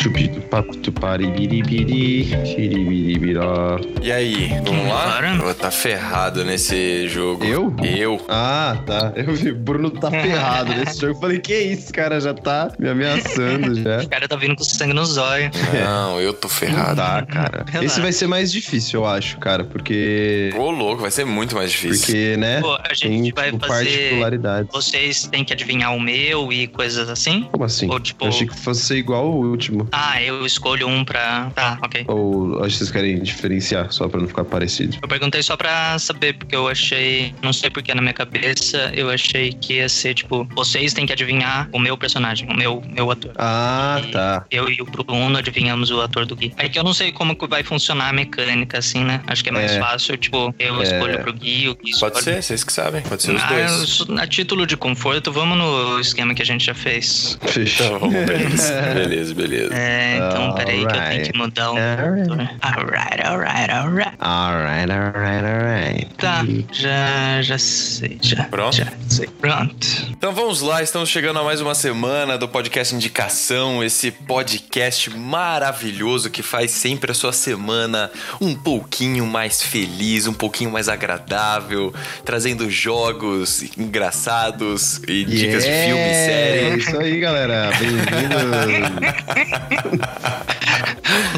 Chupido, pacto, paribiribiri, xiribiribirá. E aí, vamos lá? Eu vou tá ferrado nesse jogo. Eu? Eu? Ah, tá. Eu vi, Bruno tá ferrado nesse jogo. Eu Falei, que isso, cara? Já tá me ameaçando já. O cara tá vindo com sangue nos olhos. É. Não, eu tô Não ferrado. dá, Tá, cara. Esse vai ser né? mais difícil, eu acho, cara, porque. Ô, louco, vai ser muito mais difícil. Porque, né? Pô, a gente Tem vai tipo, fazer. particularidades. Vocês têm que adivinhar o meu e coisas assim? Como assim? Ou tipo. Eu achei que fosse ser igual o último. Ah, eu escolho um pra. Tá, ok. Ou acho que vocês querem diferenciar só pra não ficar parecido. Eu perguntei só pra saber, porque eu achei. Não sei porque na minha cabeça eu achei que ia ser tipo. Vocês têm que adivinhar o meu personagem, o meu, meu ator. Ah, E tá. Eu e o Bruno adivinhamos o ator do Gui. É que eu não sei como que vai funcionar a mecânica, assim, né? Acho que é mais É. fácil, tipo, eu É. escolho pro Gui, o Gui escolhe Pode ser, vocês que sabem. Pode ser os Ah, eu dois. sou- a título de conforto, vamos no esquema que a gente já fez. Tá Fechou. bom, beleza. Beleza, beleza. É, então, peraí, que eu tenho Alright. que mudar um. Alright. Alright, alright, alright. Alright, alright, alright. Tá, já, já sei. Já, Pronto? Já sei. Pronto. Então vamos lá, estamos chegando a mais uma semana do podcast Indicação, esse podcast maravilhoso que faz sempre a sua semana um pouquinho mais feliz, um pouquinho mais agradável, trazendo jogos engraçados e dicas de filme, É série. isso aí, galera. Bem-vindos.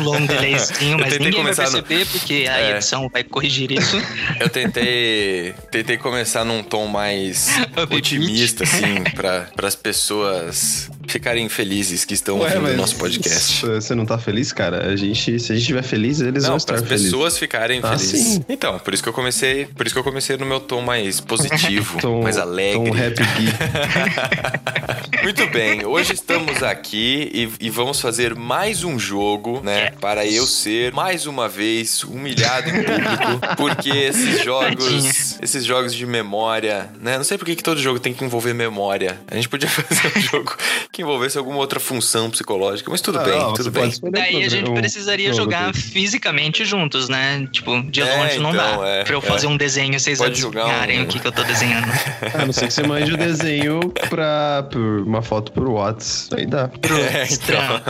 Long delayzinho, mas tentei ninguém vai começar no- perceber, porque a É. edição vai corrigir isso. Eu tentei, tentei começar num tom mais Upbeat. otimista, assim, para as pessoas ficarem felizes que estão ouvindo o nosso podcast. Você não tá feliz, cara? A gente, se a gente estiver feliz, eles vão Não, para estar as felizes. pessoas ficarem Ah, felizes. sim. Então, por isso que eu comecei, por isso que eu comecei no meu tom mais positivo, Tom- mais Tom alegre. Rap Gui. Muito bem, hoje estamos aqui e, e vamos fazer mais um jogo, né? Yes. Para eu ser mais uma vez humilhado em público, porque esses Tadinha. jogos, esses jogos de memória, né? Não sei por que que todo jogo tem que envolver memória. A gente podia fazer um jogo que envolvesse alguma outra função psicológica, mas tudo Ah, bem, não, você tudo pode bem. escolher Daí a outro- gente um- precisaria um- jogar fisicamente juntos, né? Tipo, de É, longe não então, dá. é, pra eu é. fazer um desenho, vocês Pode jogar um- É, adivinharem o que, que eu tô desenhando. A não ser que você mande o desenho pra por uma foto por Whats. Aí dá. É, então. Estranho,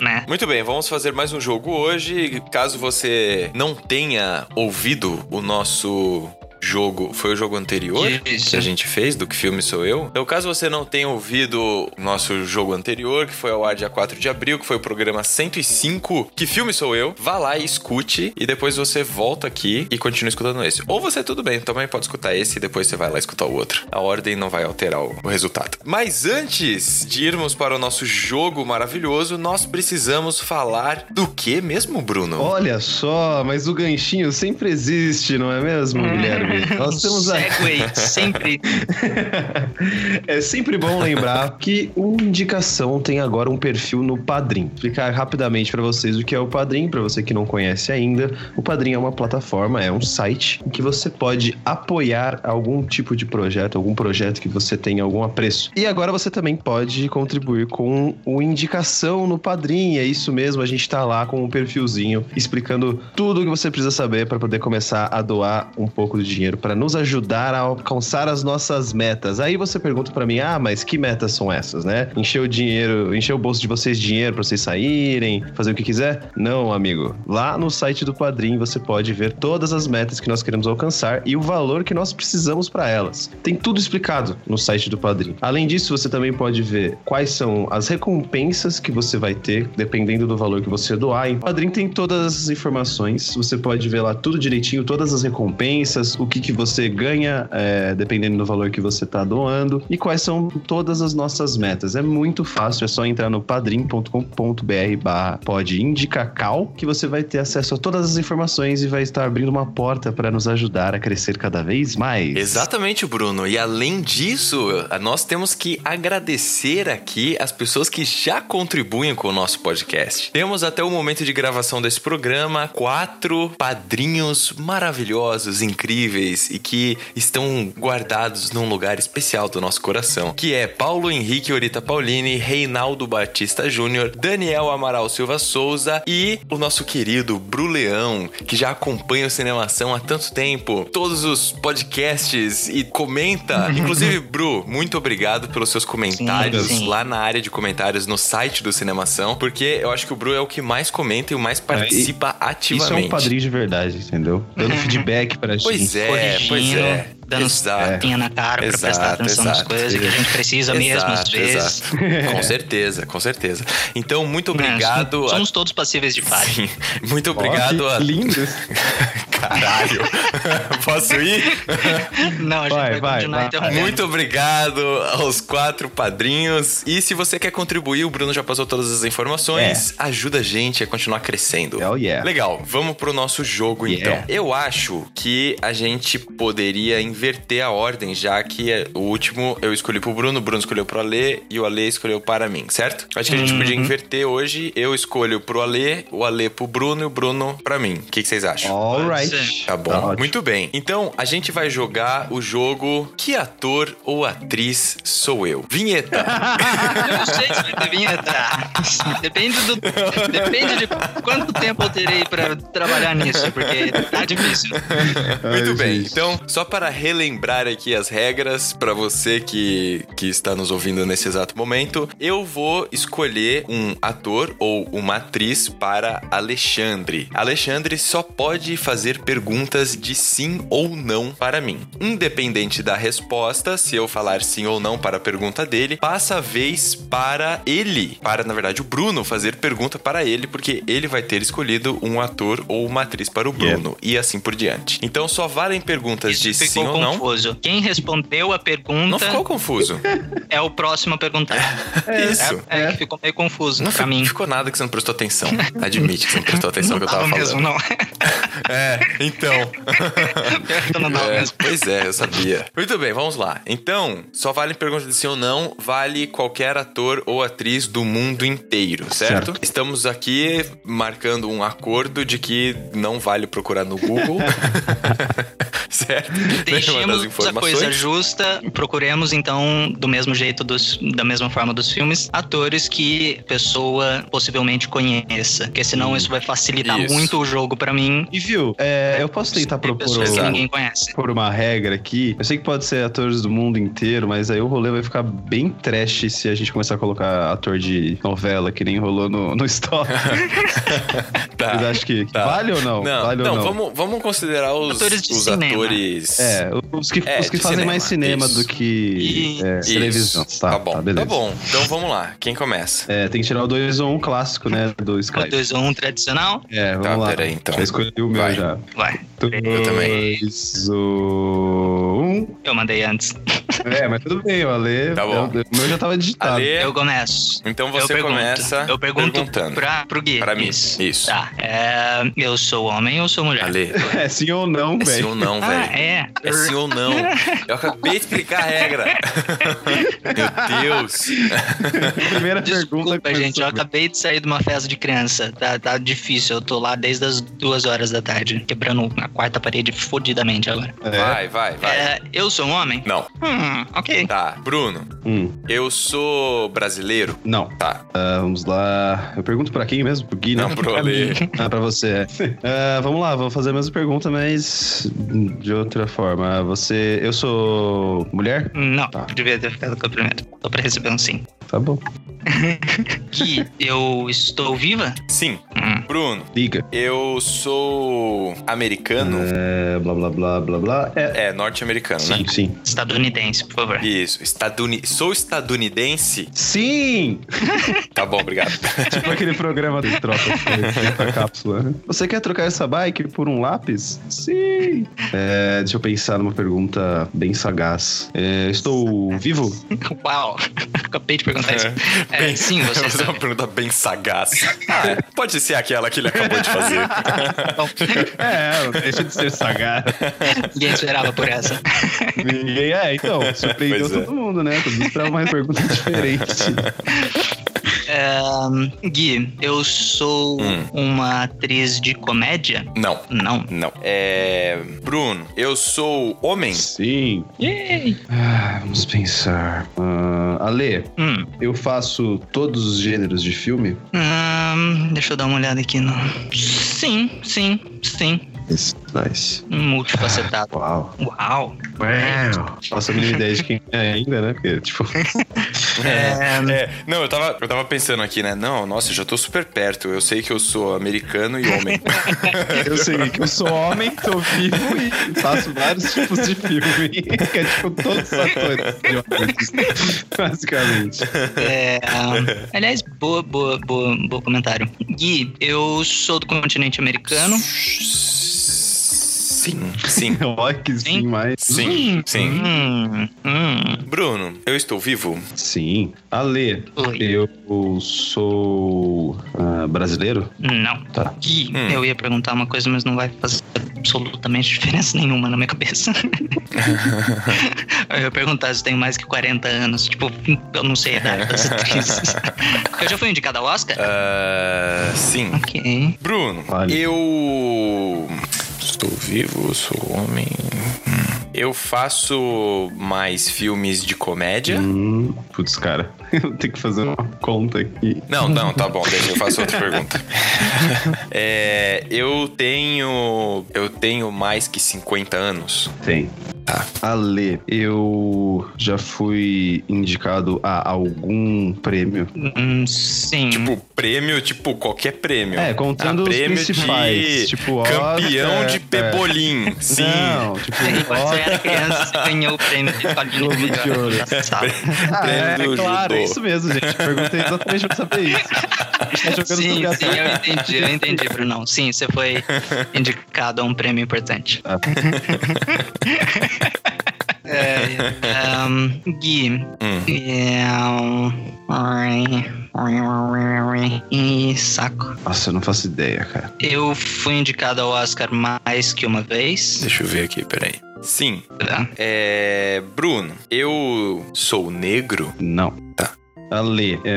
né? Muito bem, vamos fazer mais um jogo hoje. Caso você não tenha ouvido o nosso jogo, foi o jogo anterior Isso. que a gente fez, do que filme sou eu. Então, caso você não tenha ouvido o nosso jogo anterior, que foi ao ar dia 4 de abril, que foi o programa 105, que filme sou eu, vá lá e escute e depois você volta aqui e continua escutando esse. Ou você, tudo bem, também pode escutar esse e depois você vai lá escutar o outro. A ordem não vai alterar o, o resultado. Mas antes de irmos para o nosso jogo maravilhoso, nós precisamos falar do que mesmo, Bruno? Olha só, mas o ganchinho sempre existe, não é mesmo, Guilherme? Nós temos a Segway, sempre. é sempre bom lembrar que o Indicação tem agora um perfil no Padrim. Vou Explicar rapidamente pra vocês o que é o Padrim, pra você que não conhece ainda. O Padrim é uma plataforma, é um site em que você pode apoiar algum tipo de projeto, algum projeto que você tenha algum apreço. E agora você também pode contribuir com o Indicação no Padrim. É isso mesmo, a gente tá lá com um perfilzinho explicando tudo o que você precisa saber pra poder começar a doar um pouco de dinheiro pra nos ajudar a alcançar as nossas metas. Aí você pergunta pra mim: "Ah, mas que metas são essas, né? Encher o dinheiro, encher o bolso de vocês de dinheiro pra vocês saírem, fazer o que quiser?" Não, amigo. Lá no site do Padrim você pode ver todas as metas que nós queremos alcançar e o valor que nós precisamos pra elas. Tem tudo explicado no site do Padrim. Além disso, você também pode ver quais são as recompensas que você vai ter dependendo do valor que você doar. Em Padrim tem todas as informações, você pode ver lá tudo direitinho, todas as recompensas, o que que, que você ganha, é, dependendo do valor que você tá doando, e quais são todas as nossas metas. É muito fácil, é só entrar no padrim.com.br barra podindicacal, que você vai ter acesso a todas as informações e vai estar abrindo uma porta para nos ajudar a crescer cada vez mais. Exatamente, Bruno. E além disso, nós temos que agradecer aqui as pessoas que já contribuem com o nosso podcast. Temos até o momento de gravação desse programa quatro padrinhos maravilhosos, incríveis e que estão guardados num lugar especial do nosso coração, que é Paulo Henrique Orita Paulini, Reinaldo Batista Júnior, Daniel Amaral Silva Souza e o nosso querido Bruleão, que já acompanha o Cinemação há tanto tempo, todos os podcasts e comenta. Inclusive, Bru, muito obrigado pelos seus comentários Sim, sim. lá na área de comentários no site do Cinemação, porque eu acho que o Bru é o que mais comenta e o mais participa Isso é ativamente. um padrinho de verdade, entendeu? Dando feedback pra gente. Pois é, pois é. Dando Exato. tapinha na cara pra prestar Exato, atenção nas exato. coisas que a gente precisa mesmo, às Exato, vezes. exato. É. com certeza, com certeza. Então, muito Né, obrigado. somos- a- Somos todos passíveis de pare. Sim, muito obrigado Ó, a. que lindo. Caralho! Posso ir? Não, a gente Vai, vai, vai, continuar então. vai. interrompendo. Muito obrigado aos quatro padrinhos. E se você quer contribuir, o Bruno já passou todas as informações. Ajuda a gente a continuar crescendo. É. Hell yeah. Legal, vamos pro nosso jogo Yeah. então. Eu acho que a gente poderia inverter a ordem, já que é, o último eu escolhi pro Bruno, o Bruno escolheu pro Ale e o Ale escolheu para mim, certo? Acho que a gente Uhum. podia inverter hoje. Eu escolho pro Ale, o Ale pro Bruno e o Bruno pra mim. O que que vocês acham? Alright. ser. Tá bom. ótimo. Muito bem. Então, a gente vai jogar o jogo Que ator ou atriz sou eu? Vinheta. Eu não sei se vai ter vinheta. Depende, do, depende de quanto tempo eu terei pra trabalhar nisso, porque tá difícil. Muito Ai, bem. gente. Então, só para relembrar aqui as regras para você que, que está nos ouvindo nesse exato momento, eu vou escolher um ator ou uma atriz para Alexandre. Alexandre só pode fazer perguntas de sim ou não para mim. Independente da resposta, se eu falar sim ou não para a pergunta dele, passa a vez para ele, para na verdade o Bruno fazer pergunta para ele, porque ele vai ter escolhido um ator ou uma atriz para o Yeah. Bruno e assim por diante. Então só valem perguntas de Ficou sim ou não. confuso. né? Quem respondeu a Não pergunta ficou confuso. é o próximo a perguntar. Isso. É, que ficou meio confuso Não pra fi- mim. ficou nada que você não prestou atenção. Admite que você não prestou atenção no que eu tava Tava falando. mesmo, não. É, então. Pior que eu não tava É, mesmo. pois é, eu sabia. Muito bem, vamos lá. Então, só vale pergunta de sim ou não, vale qualquer ator ou atriz do mundo inteiro, certo? Estamos aqui marcando um acordo de que não vale procurar no Google. certo? Nenhuma das Deixemos a coisa justa, procuremos então, do mesmo jeito, dos, da mesma forma dos filmes, atores que a pessoa possivelmente conheça. Porque senão isso vai facilitar Hum. Isso. muito o jogo pra mim. E viu, é, eu posso tentar Tem propor, pessoas que o- ninguém conhece. propor uma regra aqui. Eu sei que pode ser atores do mundo inteiro, mas aí o rolê vai ficar bem trash se a gente começar a colocar ator de novela que nem rolou no, no Stop. Tá. Vocês acham que tá. vale ou não? Não, vale não, ou não? Vamos, vamos considerar os Atores de os cinema. atores. É, os que, É, os que de fazem cinema, mais cinema isso. do que E- é, Isso. televisão. Tá, tá bom. Tá, beleza. bom. Então vamos lá. Quem começa? É, tem que tirar o 2 ou 1 um clássico, né? Do Skype. 2 ou 1 tradicional? É, vamos Tá, lá. peraí, então. Já escolhi o meu Vai. já. Vai, Eu também. Dois, um. eu mandei antes. É, mas tudo bem, o Ale. Tá bom. eu- O meu já tava digitado. Ale, Eu começo. então eu É. você pergunto. começa Eu pergunto perguntando. pra, pro Gui. Pra mim, isso. Tá. É, eu sou homem ou sou mulher? Ale, É sim ou não, é sim velho? ou não, Ah, velho? é. É sim ou não? Eu acabei de explicar a regra. Meu Deus. Primeira pergunta. Desculpa, que gente, eu começou- acabei de sair de uma festa de criança. Tá, tá difícil, eu tô lá desde as duas horas da tarde, quebrando a quarta parede fodidamente agora. É. Vai, vai, vai. É, eu sou um homem? Não. Hum, ok. Tá, Bruno, Hum, eu sou brasileiro? não. Tá. Ah, vamos lá. Eu pergunto pra quem mesmo? Pro Gui, né? Não, pro Ale. Ah, pra você. é. Ah, vamos lá, vou fazer a mesma pergunta, mas de outra forma. Você. Eu sou mulher? Não, Tá. devia ter ficado com a primeira. Tô pra receber um sim. Tá bom. Que eu estou viva? Sim. Hum. Bruno, Liga. eu sou americano? É, blá, blá, blá, blá, blá. É, É, norte-americano, né? sim, sim. Estadunidense, por favor. Isso. Estaduni... Sou estadunidense? Sim! Tá bom, obrigado. Tipo aquele programa do Tropa que a cápsula. né? Você quer trocar essa bike por um lápis? Sim! É, deixa eu pensar numa pergunta bem sagaz. É, estou vivo? Então, Uau! Acabei de perguntar isso. É, Bem, sim, você eu vou fazer está. uma pergunta bem sagaz. Ah, é. pode ser aquela que ele acabou de fazer. Então, É, deixa de ser sagaz. Ninguém esperava por essa. Ninguém é, então. Surpreendeu Pois é. todo mundo, né? Todo mundo esperava uma pergunta diferente. Ahn, Gui, eu sou Hum. uma atriz de comédia? Não. Não. Não. É. Bruno, eu sou homem? Sim. Yay! Ah, vamos pensar. Ah, Ale, Hum. eu faço todos os gêneros de filme? Ahn, Hum, deixa eu dar uma olhada aqui no. Sim, sim, sim. Nice. Um multifacetado. Uau. Uau! Uau. Faço a mínima ideia de quem é ainda, né? Porque, tipo, É, não, eu tava, eu tava pensando aqui, né? Não, nossa, eu já tô super perto. Eu sei que eu sou americano e homem. eu sei que eu sou homem, tô vivo e faço vários tipos de filme. Que é tipo todos os atores de homens, basicamente. É, ahn, aliás, boa, boa, boa, boa comentário. Gui, eu sou do continente americano. Sim, sim, Olha que sim, Sim. mas. sim, sim. Hum, hum. Bruno, eu estou vivo? Sim. Ale, Oi. eu sou ah, brasileiro? Não. Tá. Gui, Hum. eu ia perguntar uma coisa, mas não vai fazer absolutamente diferença nenhuma na minha cabeça. eu ia perguntar se tem mais que 40 anos. Tipo, eu não sei a idade das atrizes. eu já fui indicado ao Oscar? Ah, sim. Ok. Bruno, Vale. eu. Estou vivo, sou homem. Eu faço mais filmes de comédia? Hum, putz, cara, eu tenho que fazer uma conta aqui. Não, não, tá bom, deixa eu faço outra pergunta. É, eu tenho. Eu tenho mais que 50 anos. Tem. Tá. Ale, eu já fui indicado a algum prêmio. Hum, sim. Tipo, prêmio, tipo, qualquer prêmio. É, contando Ah, os prêmio principais. de tipo, campeão Oscar, de pebolim. Sim. Não, tipo, Quando você era Oscar, criança, você ganhou o prêmio de Globo de Ouro. Ah, é, um prêmio do claro, é judô. isso mesmo, gente. Perguntei exatamente pra saber isso. A gente tá jogando Sim, sobre sim, a- eu entendi, eu entendi, Brunão. Sim, você foi indicado a um prêmio importante. Ah. É, um, Gui, Hum. é, um, e saco. Nossa, eu não faço ideia, cara. Eu fui indicado ao Oscar mais que uma vez. Deixa eu ver aqui, peraí. Sim. É. Bruno, eu sou negro? Não. Tá. Ale, é,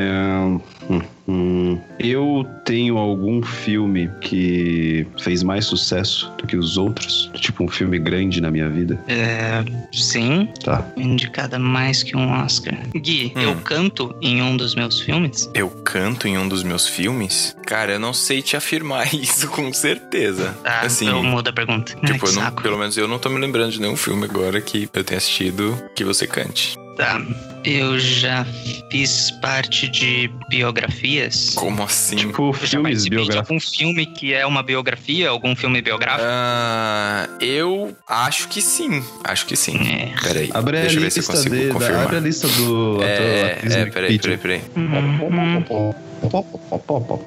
hum, hum. eu tenho algum filme que fez mais sucesso do que os outros? Tipo, um filme grande na minha vida? É, sim, Tá. indicada mais que um Oscar. Gui, Hum. eu canto em um dos meus filmes? Eu canto em um dos meus filmes? Cara, eu não sei te afirmar isso com certeza. Ah, Tá, assim. então eu mudo a pergunta. Ai, Tipo, que eu não- saco. pelo menos eu não tô me lembrando de nenhum filme agora que eu tenha assistido que você cante. Tá. Eu já fiz parte de biografias. Como assim? Tipo, Eu já filmes participei de biográficos. Algum filme que é uma biografia, algum filme biográfico. Ah, eu acho que sim. Acho que sim. É. Peraí. Abre a deixa eu ver se eu lista consigo de- da- confirmar. abre a lista do ator. é, atriz é, do peraí, Wikipedia. peraí, peraí. Uhum.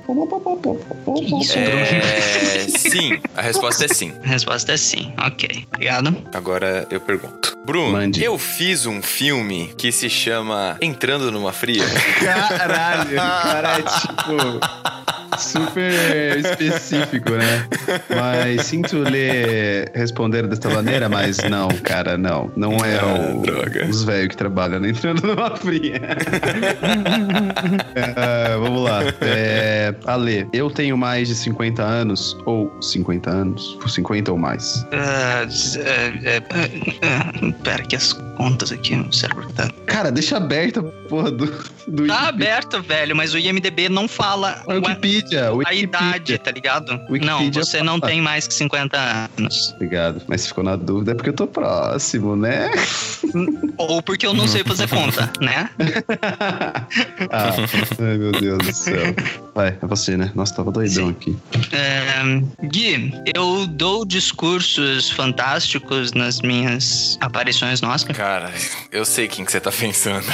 Que isso, Bruno? É, sim, a resposta é sim. A resposta é sim. Ok. Obrigado. Agora eu pergunto. Bruno, Mande. eu fiz um filme que se chama Entrando numa Fria. Caralho, o cara é tipo. Super específico, né? Mas sinto lhe responder desta maneira, mas não, cara, não. Não é Ah, o, droga. os velhos que trabalham né? entrando numa fria. Ah, vamos lá. É, Ale, eu tenho mais de 50 anos, ou 50 anos, por 50 ou mais. Ah, z- é, é, é, é, pera, que as contas aqui no cérebro tá. Cara, deixa aberta a porra do, do Tá aberto, velho, mas o IMDB não fala Wikipedia. Wikipedia, a Wikipedia. idade, tá ligado? não, Wikipedia você não fala. tem mais que 50 anos. Obrigado. Mas se ficou na dúvida é porque eu tô próximo, né? Ou porque eu não sei fazer conta, né? Ah, ai, meu Deus do céu. Vai, é você, né? Nossa, tava doidão Sim. aqui. É, Gui, eu dou discursos fantásticos nas minhas aparições no Oscar. Cara, eu sei quem que você tá pensando.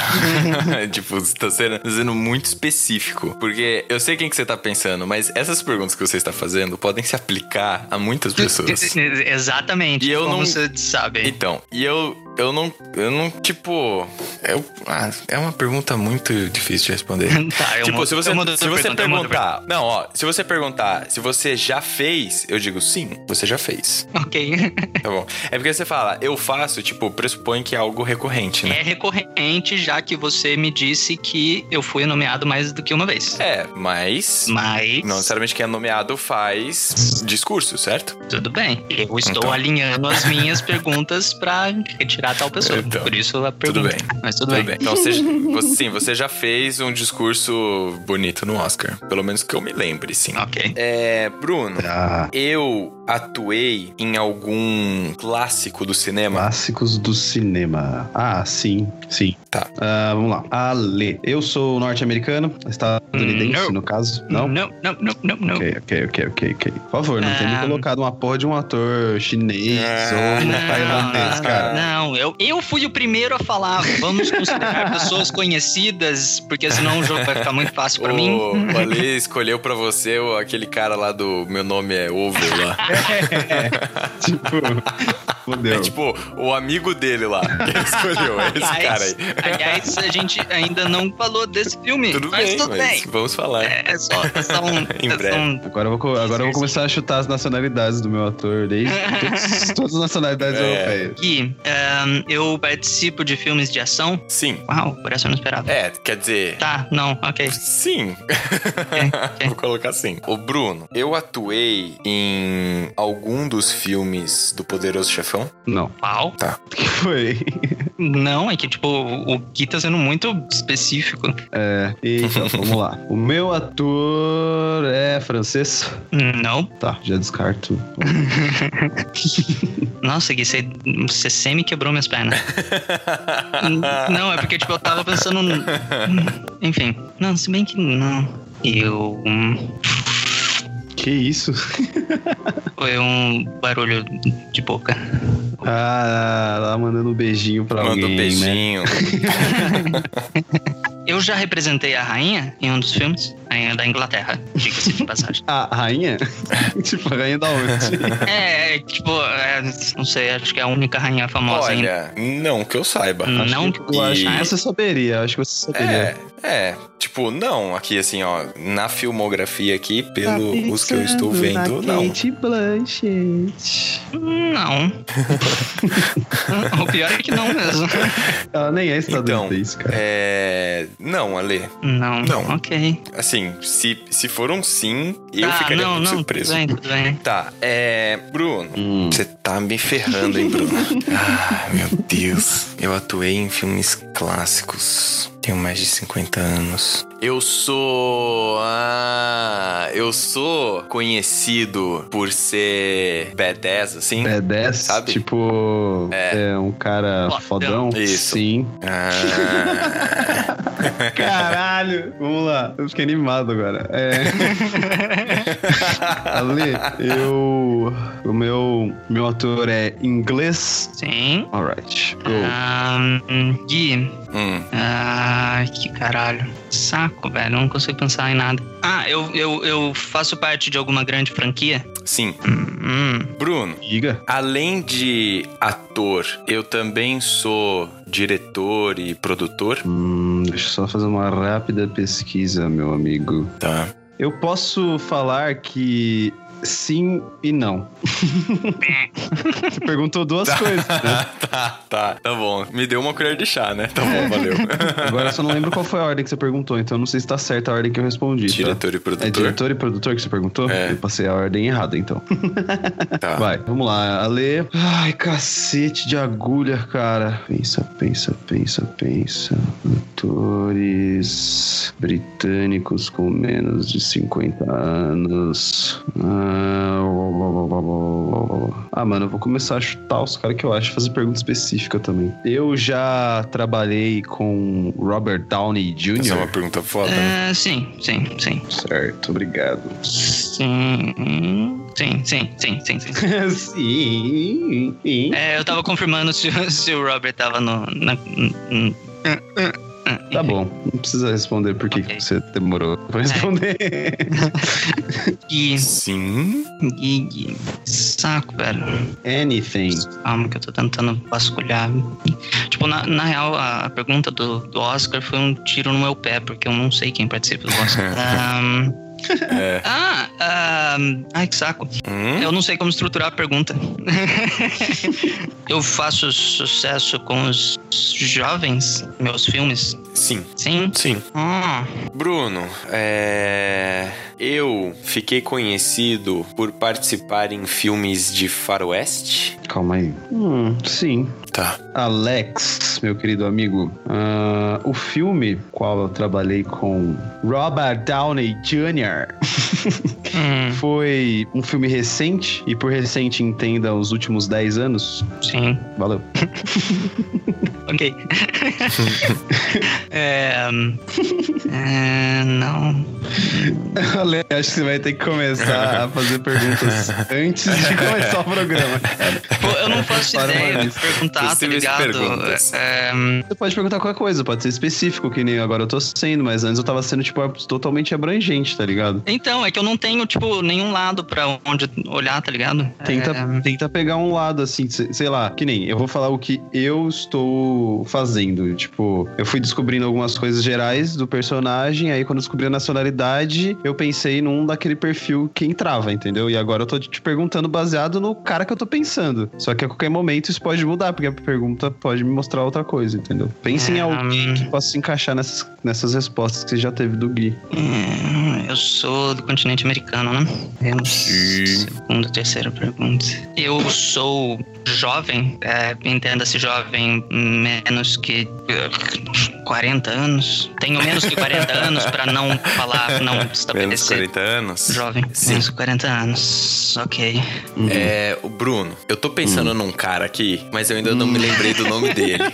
tipo, você tá sendo, sendo muito específico. Porque eu sei quem que você tá pensando, mas essas perguntas que você está fazendo podem se aplicar a muitas pessoas. Exatamente. E eu como não- vocês sabem. Então, e eu. Eu não. Eu não, tipo. eu- ah, é uma pergunta muito difícil de responder. Tá, eu tipo, mudo- se você, eu mudo se a você pergunta, eu mudo a perguntar. Não, ó, se você perguntar se você já fez, eu digo sim, você já fez. Ok. Tá bom. É porque você fala, eu faço, tipo, pressupõe que é algo recorrente, né? É recorrente, já que você me disse que eu fui nomeado mais do que uma vez. É, mas. Mas, Não necessariamente quem é nomeado faz discurso, certo? tudo bem. Eu estou Então. alinhando as minhas perguntas pra retirar tal pessoa. Então, Por isso a pergunta. Tudo bem. Mas tudo, bem. Tudo bem. Então, você, você- sim, você já fez um discurso bonito no Oscar. Pelo menos que eu me lembre, sim. Ok. É, Bruno, Ah, eu atuei em algum clássico do cinema? clássicos do cinema. Ah, sim, sim. Tá. Ah, vamos lá. Ale. Eu sou norte-americano, estadunidense, Não. no caso. Não? Hum, Não, não, não, não, não. Ok, ok, ok, ok, ok. Por favor, não tem me Ah. colocado uma porra de um ator chinês Ah. ou um Não, tailandês, cara. não, eu, eu fui o primeiro a falar. Vamos considerar pessoas conhecidas, porque senão o jogo vai ficar muito fácil pra mim. O o Ale escolheu pra você o- aquele cara lá do Meu Nome é Ovo lá. Tipo, É fodeu. tipo o amigo dele lá. Que ele escolheu, é esse cara aí. Aliás, a gente ainda não falou desse filme. Tudo mas bem, tudo mas bem. vamos falar. É só, um são, Em breve. são Agora eu, vou, co- agora eu vou começar a chutar as nacionalidades do meu ator, desde todos- todas as nacionalidades É. europeias. Gui, ahn, eu participo de filmes de ação. Sim. Uau, por essa eu não esperava. É, quer dizer. Tá, não, ok. Sim. ok. Vou colocar assim. O Bruno, eu atuei em algum dos filmes do Poderoso Chefão? Não, Uau. que foi? Não, é que, tipo, o o Gui tá sendo muito específico. É, eita, vamos lá. O meu ator é francês. Não. Tá, já descarto. Nossa, Gui, você, você semi quebrou minhas pernas. não, é porque, tipo, eu tava pensando. no- Enfim. Não, se bem que não. Eu. hum, Que isso? Foi um barulho de boca. Ah, lá mandando um beijinho pra Manda alguém, um né? beijinho. Eu já representei a rainha em um dos filmes. Rainha da Inglaterra, diga-se de passagem. Ah, A rainha? tipo, a rainha da onde? É, é, tipo, é, não sei, acho que é a única rainha famosa ainda. Olha, não que eu saiba. Hum. Não acho que, Ah, eu acho que você saberia, acho que você saberia. É, é. Tipo, não, aqui assim, ó, na filmografia aqui, Tá pelo os que eu estou vendo, não. tipo. Blanchett. Não. o pior é que não mesmo. Ela nem é Então, estadunidense, cara. É. Não, Ale. Não. Não. Ok. Assim, se, se for um sim, eu Tá, ficaria não, muito não, surpreso. Tudo bem, tudo bem. Tá, é. Bruno, Hum. Você tá me ferrando, hein, Bruno? ah, meu Deus. Eu atuei em filmes clássicos. Tenho mais de 50 anos. Eu sou. Ah, eu sou conhecido por ser badass, assim. É 10, Sabe? tipo, É. é. um cara Fodão. fodão. Isso. Sim. Ah, Caralho! Vamos lá, eu fiquei animado agora. É. Ali, eu. O meu, meu ator é inglês. Sim. Alright. Go. Ahn, Gui. hum, Ai, que caralho. Saco, velho. eu Não consigo pensar em nada. Ah, eu, eu, eu faço parte de alguma grande franquia? sim. Hum, Bruno, Diga. além de ator, eu também sou diretor e produtor. Hum, deixa eu só fazer uma rápida pesquisa, meu amigo. Tá. Eu posso falar que sim e não. Você perguntou duas coisas, né? tá, tá. Tá bom. Me deu uma colher de chá, né? Tá bom, valeu. Agora eu só não lembro qual foi a ordem que você perguntou, então eu não sei se tá certa a ordem que eu respondi. tá? Diretor e É produtor. diretor e produtor que você perguntou? É. Eu passei a ordem errada, então. Tá. Vai, vamos lá. Ale. Ah. Ai, cacete de agulha, cara. Pensa, pensa, pensa, pensa. Atores britânicos com menos de 50 anos. Ah, Ah, ah, mano, eu vou começar a chutar os caras que eu acho, fazer pergunta específica também. Eu já trabalhei com Robert Downey Isso é uma Jr. pergunta foda. né? Ah, sim, sim, sim. Certo, obrigado. Sim. Sim, sim, sim, sim, sim. Sim. sim. É, eu tava confirmando se, se o Robert tava no. na- n- n- Tá bom, não precisa responder por que que Ok. você demorou pra responder. É. e, Sim. e, e- Saco, velho. Anything. Calma que Ah, eu tô tentando vasculhar. Tipo, na, na real, a, a pergunta do, do Oscar foi um tiro no meu pé, porque eu não sei quem participa do Oscar. Ahn, É. Ah, ahn, ai que saco. Hum? Eu não sei como estruturar a pergunta. eu faço sucesso com os jovens, meus filmes. É. Sim. Sim. Sim. Ah, Bruno, é... eu fiquei conhecido por participar em filmes de faroeste. Calma aí. Hum, sim. Tá. Alex, meu querido amigo, ah, o filme qual eu trabalhei com Robert Downey Jr. hum, foi um filme recente, e por recente entenda os últimos 10 anos. sim. Valeu. Ok. é, hum, é, não. Ale, acho que você vai ter que começar a fazer perguntas antes de começar o programa. Pô, eu não faço Para ideia mais. de perguntar, tá Possíveis ligado? perguntas. É, hum, Você pode perguntar qualquer coisa, pode ser específico, que nem agora eu tô sendo, mas antes eu tava sendo, tipo, totalmente abrangente, tá ligado? então, é que eu não tenho, tipo, nenhum lado pra onde olhar, tá ligado? Tenta, É, tenta pegar um lado, assim, se- sei lá, que nem eu vou falar o que eu estou fazendo. Tipo, eu fui descobrindo algumas coisas gerais do personagem, aí quando eu descobri a nacionalidade, eu pensei num daquele perfil que entrava, entendeu? E agora eu tô te perguntando baseado no cara que eu tô pensando. Só que a qualquer momento isso pode mudar, porque a pergunta pode me mostrar outra coisa, entendeu? Pense em é, algo hum, que possa se encaixar nessas, nessas respostas que você já teve do Gui. É, Eu sou do continente americano, né? É, Segunda, terceira pergunta. Eu sou jovem, é, entenda-se jovem, menos que eh, 40 anos. Tenho menos que 40 anos pra não falar, não Menos de estabelecer. 40 anos. Jovem, Sim. menos que 40 anos, ok. É, o Bruno, eu tô pensando Hum. num cara aqui, mas eu ainda não me lembrei do nome dele.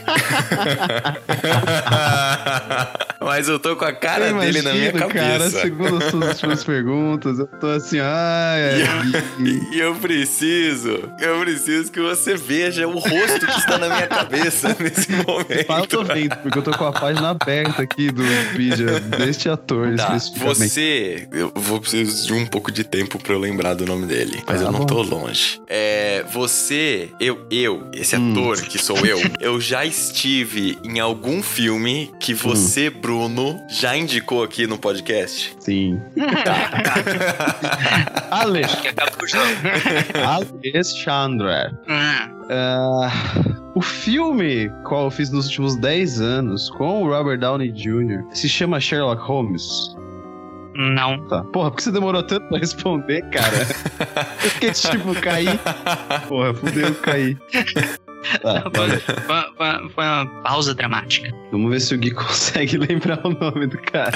mas eu tô com a cara Eu dele na minha imagino, Cara, cabeça. segundo as suas últimas perguntas, eu tô assim, ah, é, Gui. E eu preciso, eu preciso que você veja o rosto que está na minha cabeça nesse Fala, eu momento. tô vendo, porque eu tô com a página aberta aqui do Wikipedia deste ator Tá, especificamente. você. Eu vou precisar de um pouco de tempo pra eu lembrar do nome dele. Mas Tá eu não bom. tô longe. É. Você, eu, eu, esse Hum. ator que sou eu, eu já estive em algum filme Hum. que você, Bruno, já indicou aqui no podcast. Sim. Tá. Alex, é Que acaba por não. Alexandra. Ah, Ah, o filme qual eu fiz nos últimos 10 anos com o Robert Downey Jr. se chama Sherlock Holmes. não. Tá. Porra, por que você demorou tanto pra responder, cara? Eu fiquei tipo, caí. Porra, fudeu, caí. Tá, valeu. É. Foi, foi- foi uma pausa dramática. Vamos ver se o Gui consegue lembrar o nome do cara.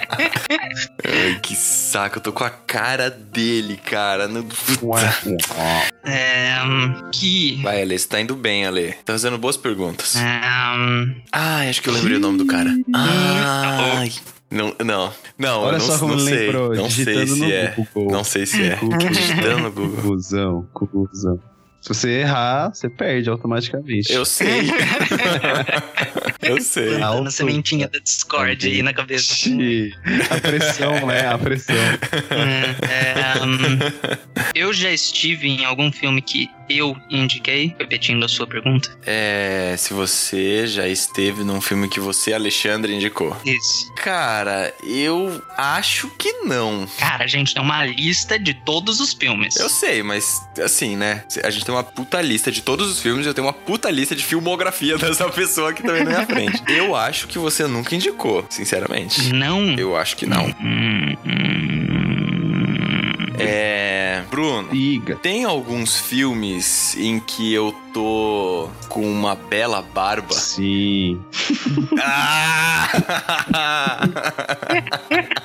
Ai, que saco, eu tô com a cara dele, cara. No- É, hum, que. Vai, Ale, você tá indo bem, Ale. Tá fazendo boas perguntas. é, hum, Ah, acho que eu lembrei o nome do cara. Ah, não, não, não, Olha eu não, só como não sei. lembrou, não sei digitando no se é. Google. Não sei se é. Digitando no Google. Cusão, cusão. Se você errar, você perde automaticamente. Eu sei. eu sei. plantando Alto. a sementinha da Discord aí na cabeça. Ixi, A pressão, né? A pressão. É, hum, eu já estive em algum filme que eu indiquei, repetindo a sua pergunta. É, se você já esteve num filme que você, Alexandre, indicou. Isso. Cara, eu acho que não. Cara, a gente tem uma lista de todos os filmes. Eu sei, mas assim, né? A gente tem uma puta lista de todos os filmes, eu tenho uma puta lista de filmografia dessa pessoa aqui também na minha frente. Eu acho que você nunca indicou, sinceramente. Não. Eu acho que não. Hum, hum. É. Bruno, Liga. tem alguns filmes em que eu tô com uma bela barba? Sim. Ah!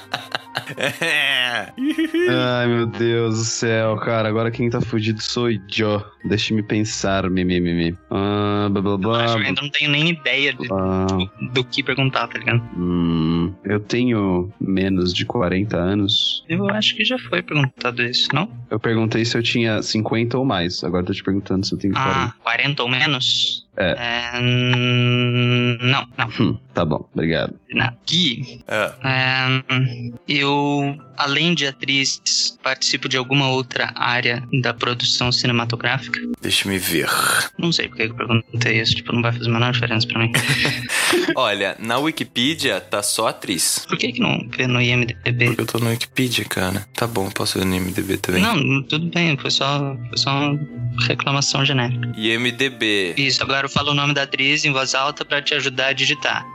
É. Ai, meu Deus do céu, cara. Agora quem tá fudido sou eu. Deixa-me pensar, mimimi. Ah, blá blá Eu blá. acho que é eu ainda não tenho nem ideia de- blá. do que perguntar, tá ligado? Hum, eu tenho menos de 40 anos. Eu acho que já foi perguntado isso, não? Eu perguntei se eu tinha 50 ou mais. Agora eu tô te perguntando se eu tenho 40. Ah, 40 ou menos? É. hum, não, não. Hum, tá bom, obrigado. não. Gui, Ah, hum, eu, além de atriz, participo de alguma outra área da produção cinematográfica? deixa me ver. Não sei porque eu perguntei isso, tipo, não vai fazer a menor diferença pra mim. Olha, na Wikipedia tá só atriz. Por que que não vê no IMDB? Porque eu tô no Wikipedia, cara. Tá bom, posso ver no IMDB também. Não, tudo bem, foi só, foi só uma reclamação genérica. IMDB. Isso, agora eu falo o nome da atriz em voz alta pra te ajudar a digitar.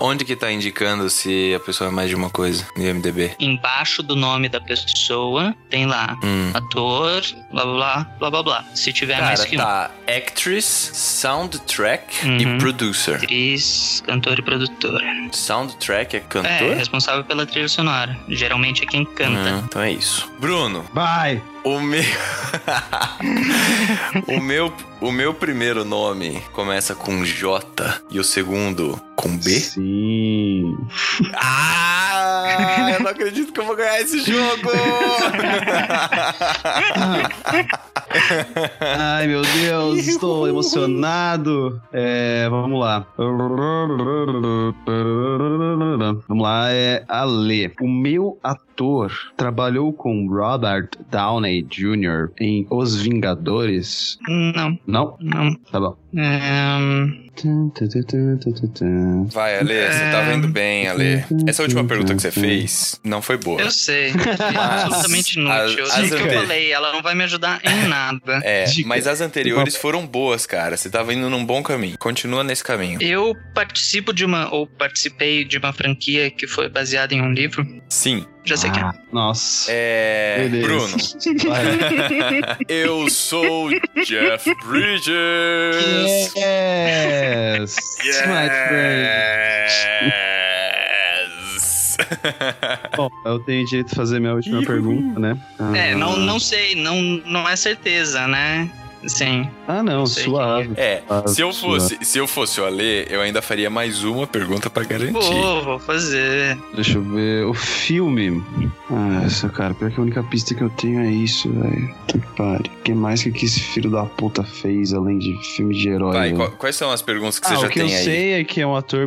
Onde que tá indicando se a pessoa é mais de uma coisa? No IMDB. Embaixo do nome da pessoa tem lá Hum. ator, blá blá blá, blá blá blá. Se tiver mais Cara, que tá actress, soundtrack Uhum. e producer. um. Atriz, cantor e produtora. Soundtrack é É, cantor? responsável pela trilha sonora. Geralmente é quem canta. Hum, então é isso. Bruno, Vai! O meu. o meu. O meu primeiro nome começa com J e o segundo com B? Sim. Ah! Eu não acredito que eu vou ganhar esse jogo! Ai, meu Deus, estou emocionado. É, vamos lá. Vamos lá, é Ale. O meu ator trabalhou com Robert Downey Jr. em Os Vingadores. Hum. Não, Não? não. Tá bom. Ahn, Vai, Ale, você É. tá vendo bem, Ale. Essa última pergunta que você fez não foi boa. eu sei. É absolutamente inútil. Eu as- sei as o que eu ante- falei, ela não vai me ajudar em nada. É, Dica. mas as anteriores foram boas, cara. Você tava indo num bom caminho. Continua nesse caminho. Eu participo de uma, ou participei de uma franquia que foi baseada em um livro. Sim. Já sei é. que é. Nossa. É. Beleza. Bruno, Vai. eu sou Jeff Bridges. Yes! My friend. Yes! Bom, eu tenho direito de fazer minha última pergunta, né? É, Ah, não, não sei, não, não é certeza, né? Sim. Ah, não, sei suave. É, Ah, se eu suave. fosse, se eu fosse o Alê, eu ainda faria mais uma pergunta pra garantir. Vou, vou fazer. Deixa eu ver. O filme. Ah, essa cara, pior que a única pista que eu tenho é isso, velho. Que pare. O que mais que esse filho da puta fez além de filme de herói? né? Vai, velho? qual- quais são as perguntas que ah, você já o que eu tem aí? sei é que é um ator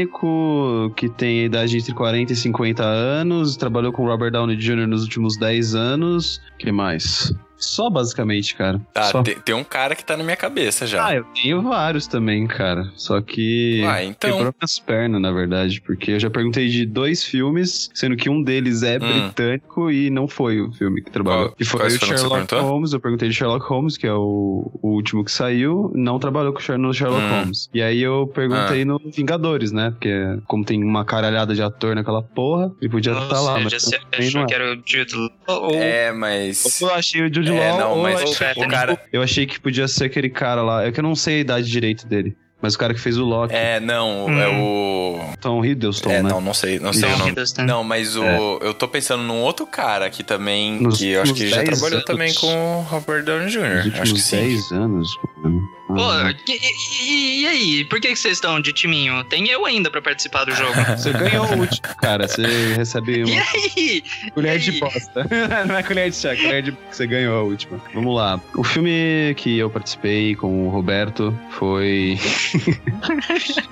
britânico que tem a idade entre 40 e 50 anos, trabalhou com Robert Downey Jr. nos últimos 10 anos. que mais? Só basicamente, cara. Tá, Só. tem, tem um cara que tá na minha cabeça já. Ah, eu tenho vários também, cara. Só que. Ah, então. Quebrou minhas pernas, na verdade, porque eu já perguntei de dois filmes, sendo que um deles é Hum. britânico e não foi o filme que trabalhou. Qual- e foi o quais foram que você Sherlock perguntou? Holmes, eu perguntei de Sherlock Holmes, que é o, o último que saiu, não trabalhou com o Sher- no Sherlock Hum. Ah. Holmes. E aí eu perguntei no Vingadores, né? Porque como tem uma caralhada de ator naquela porra, ele podia estar Ou tá lá, seja, mas você também achou não é. que era o título. Ou, É, mas. Ou eu achei o Jude Law, É, não, ou mas eu ou achei- o cara. eu achei que podia ser aquele cara lá. É que eu não sei a idade direito dele. Mas o cara que fez o Loki, É, não, é o. Tom Hiddleston, É, né? não, não sei, não Hum. Tom sei né? o nome. Hiddleston. Não, mas o. É. Eu tô pensando num outro cara aqui também, Nos que eu acho últimos que já 10 trabalhou anos. também com o Robert Downey Nos Jr. É, Acho que últimos sim. 10 anos, mano. Pô, Ah, e, e- e aí? Por que que vocês estão de timinho? Tem eu ainda pra participar do jogo. Você ganhou o último, cara. Você recebe e uma aí? colher e aí? de bosta. Não é colher de chá, é colher de. Você ganhou a última. Vamos lá. O filme que eu participei com o Roberto foi.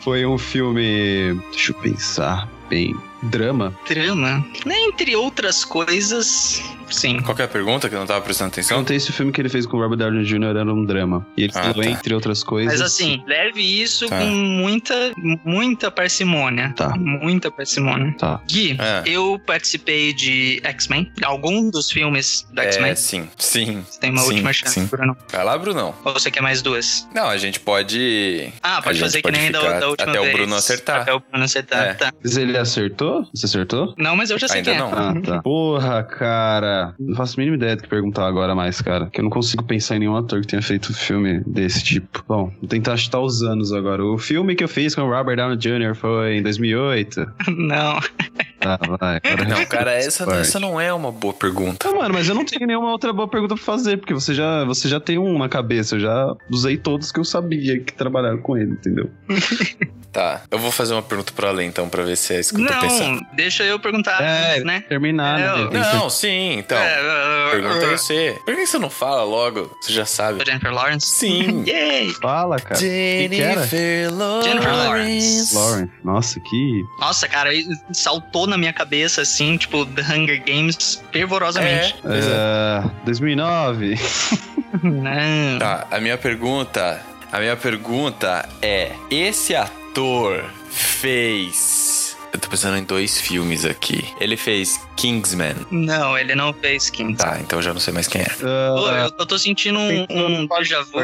foi um filme. Deixa eu pensar bem. Drama? Trama? Entre outras coisas, sim. Qual que é a pergunta que eu não tava prestando atenção? Perguntei se o filme que ele fez com o Robert Downey Jr. era um drama. E ele Ah, falou, tá. entre outras coisas. Mas assim, leve isso Tá. com muita, muita parcimônia. Tá. Muita parcimônia. Tá. Gui, Ah. eu participei de X-Men, algum dos filmes da É, X-Men. sim, sim. Você tem uma sim, última chance, sim. Bruno. Vai lá, Brunão. Ou você quer mais duas? Não, a gente pode. Ah, A pode gente fazer pode que nem da, ficar da última até o vez. Bruno acertar. Até o Bruno acertar, É. tá. Mas ele acertou? Você acertou? Não, mas eu já sei Ainda quem é. não. Ah, tá. Porra, cara. Não faço a mínima ideia do que perguntar agora mais, cara. Que eu não consigo pensar em nenhum ator que tenha feito filme desse tipo. Bom, vou tentar chutar os anos agora. O filme que eu fiz com o Robert Downey Jr. foi em 2008. Não. Ah, vai. Não, cara, essa, essa não é uma boa pergunta. Tá, mano, mas eu não tenho nenhuma outra boa pergunta pra fazer, porque você já, você já tem um na cabeça. Eu já usei todos que eu sabia que trabalharam com ele, entendeu? Tá, eu vou fazer uma pergunta pra além então, pra ver se é isso que eu tô pensando. Não, deixa eu perguntar, É, né? Terminar, É, né? eu- Tem que- Não, sim, então. É, uh, uh, Pergunta é uh, você. Por que você não fala logo? Você já sabe. Jennifer Lawrence. Sim. Yay! Fala, cara. Jennifer Jennifer Lawrence. Lauren, nossa, que. Nossa, cara, e- saltou na minha cabeça assim, tipo, The Hunger Games, fervorosamente. É, pois é. Ah, 2009. Não. Tá, a minha pergunta. A minha pergunta é: esse ator fez. Eu tô pensando em dois filmes aqui. Ele fez Kingsman. Não, ele não fez Kim. Tá, então eu já não sei mais quem é. Pô, Ah, eu, eu tô sentindo um, um déjà vu.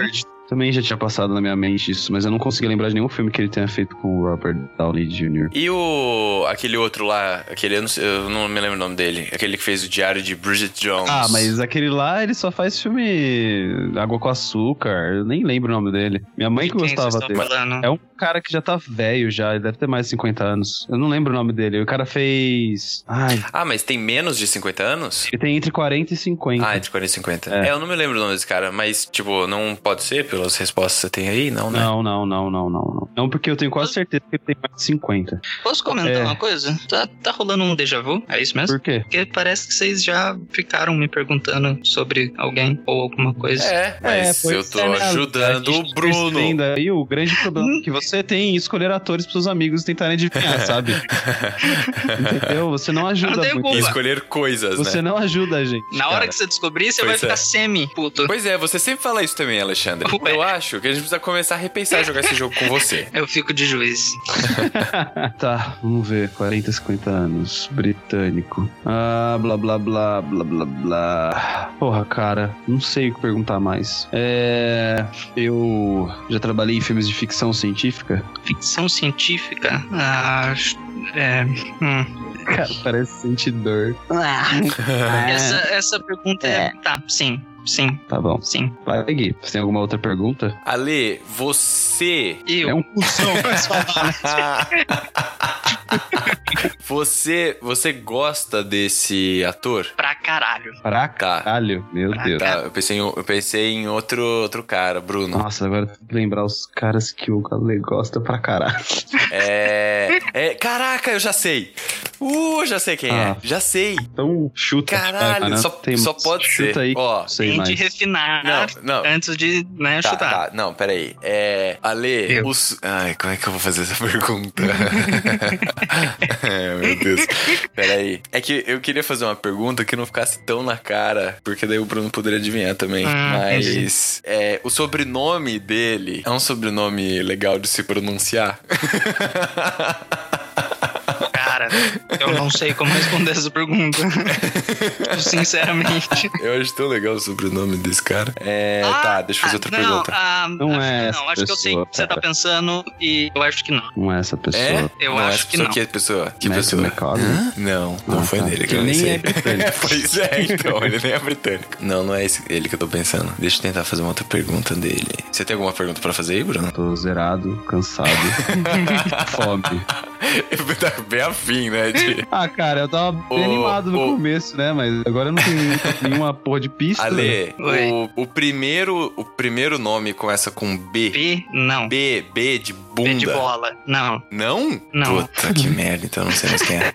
Também já tinha passado na minha mente isso, mas eu não consegui lembrar de nenhum filme que ele tenha feito com o Robert Downey Jr. E o. aquele outro lá, aquele. Eu não, sei- eu não me lembro o nome dele. Aquele que fez o Diário de Bridget Jones. Ah, mas aquele lá, ele só faz filme Água com Açúcar. Eu nem lembro o nome dele. Minha mãe que De quem gostava vocês estão dele. falando? É um cara que já tá velho já, ele deve ter mais de 50 anos. Eu não lembro o nome dele. O cara fez. Ai, Ah, mas tem menos de 50 anos? ele tem entre 40 e 50. Ah, entre 40 e 50. É. É. eu não me lembro o nome desse cara, mas, tipo, não pode ser pelas respostas que você tem aí? Não, né? não, não, não, não, não, não. Não, porque eu tenho quase certeza que ele tem mais de 50. Posso comentar É. uma coisa? Tá, tá rolando um déjà vu? É isso mesmo? Por quê? Porque parece que vocês já ficaram me perguntando sobre alguém ou alguma coisa. É, mas eu tô ajudando o Bruno. Ainda. E o grande problema que você tem é escolher atores pros seus amigos e tentarem adivinhar, sabe? Entendeu? Você não ajuda Não tem muito. E culpa. escolher coisas, Você né? não ajuda a gente. Na hora cara. que você descobrir, você Pois vai é. ficar semi puto. Pois é, você sempre fala isso também, Alexandre. Ué. Eu acho que a gente precisa começar a repensar jogar esse jogo com você. Eu fico de juiz. Tá, vamos ver. 40, 50 anos. Britânico. Ah, blá, blá, blá, blá, blá, blá. Porra, cara. Não sei o que perguntar mais. É. Eu já trabalhei em filmes de ficção científica. Ficção científica? Ah, acho- é. hum. Cara, parece sentir dor. É. Ah. Essa, essa pergunta é. Tá, sim, sim, Tá bom. sim. Vai, Gui. Você tem alguma outra pergunta? Ale, você. Eu. É um cuzão. você. Você gosta desse ator? Pra caralho. Pra Tá. caralho. Meu Deus. Tá, eu pensei em, eu pensei em outro, outro cara, Bruno. Nossa, agora tem que lembrar os caras que o Ale gosta pra caralho. É, é. Caraca, eu já sei. Uh, já sei quem Ah. é. Já sei. Então, chuta. Caralho, vai, cara. só, Tem- só pode chuta ser. Aí, Ó, não sei Tem de mais. refinar não, não. antes de né, Tá, chutar. tá, não, peraí. É. Ale, Eu. os. Ai, como é que eu vou fazer essa pergunta? é, meu Deus. Peraí. É que eu queria fazer uma pergunta que não ficasse tão na cara, porque daí o Bruno poderia adivinhar também. Ah, Mas. É, o sobrenome dele é um sobrenome legal de se pronunciar. Cara, eu não sei como responder essa pergunta. Sinceramente. eu acho tão legal o sobrenome desse cara. É. Ah, tá, deixa eu fazer outra não, pergunta. ah, acho Não é que não, essa acho que eu sei o pessoa, que você tá cara. pensando e eu acho que não. Não é essa pessoa. É? Eu Não, acho essa que pessoa não. Que pessoa? Que Matthew pessoa? McConaughey? Não, não Ah, foi tá. nele que Que eu nem pensei. é britânico. pois é, então, ele nem é britânico. Não, não é esse, ele que eu tô pensando. Deixa eu tentar fazer uma outra pergunta dele. Você tem alguma pergunta pra fazer aí, Bruno? Tô zerado, cansado, fome. Eu tá bem afim, né? de- Ah, cara, eu tava bem Ô, animado no ô. começo, né? Mas agora eu não tenho muita- nenhuma porra de pista. Ale, Oi. o, o primeiro, o primeiro nome começa com B. B, não. B, B, B de é bunda. de bola. Não. Não? Não. Puta que merda, então eu não sei mais quem é.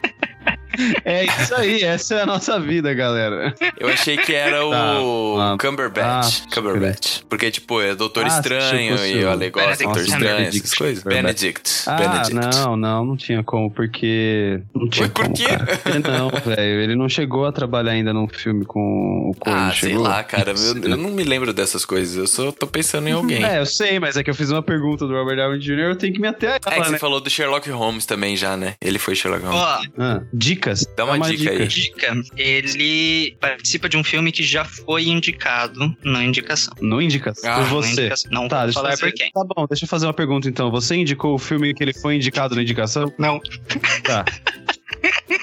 É isso aí, essa é a nossa vida, galera. Eu achei que era o Tá, tá. Cumberbatch. Ah, Cumberbatch. Porque, tipo, é Doutor Ah, Estranho tipo, e o Ale gosta de Benedict Doutor Estranho, Cumberbatch. essas coisas. Cumberbatch. Benedict. Ah, Benedict. não, não, não tinha como, porque. Não tinha Ué, por como, quê? cara. Ele Não, velho, ele não chegou a trabalhar ainda num filme com o Coen, Ah, sei chegou? lá, cara. Eu, eu não me lembro dessas coisas. Eu só tô pensando em alguém. É, É, eu sei, mas é que eu fiz uma pergunta do Robert Downey Jr., eu tenho que me ater a É que ela, você né? falou do Sherlock Holmes também já, né? Ele foi Sherlock Holmes. Ó, Ah, dicas? Dá uma, dica, aí. dica. Ele participa de um filme que já foi indicado na indicação. Não indicas? Ah, por Não você. indicação. Não Tá, vou deixa eu falar fazer- por quem. Tá bom, deixa eu fazer uma pergunta então. Você indicou o filme que ele foi indicado na indicação? Não. Tá.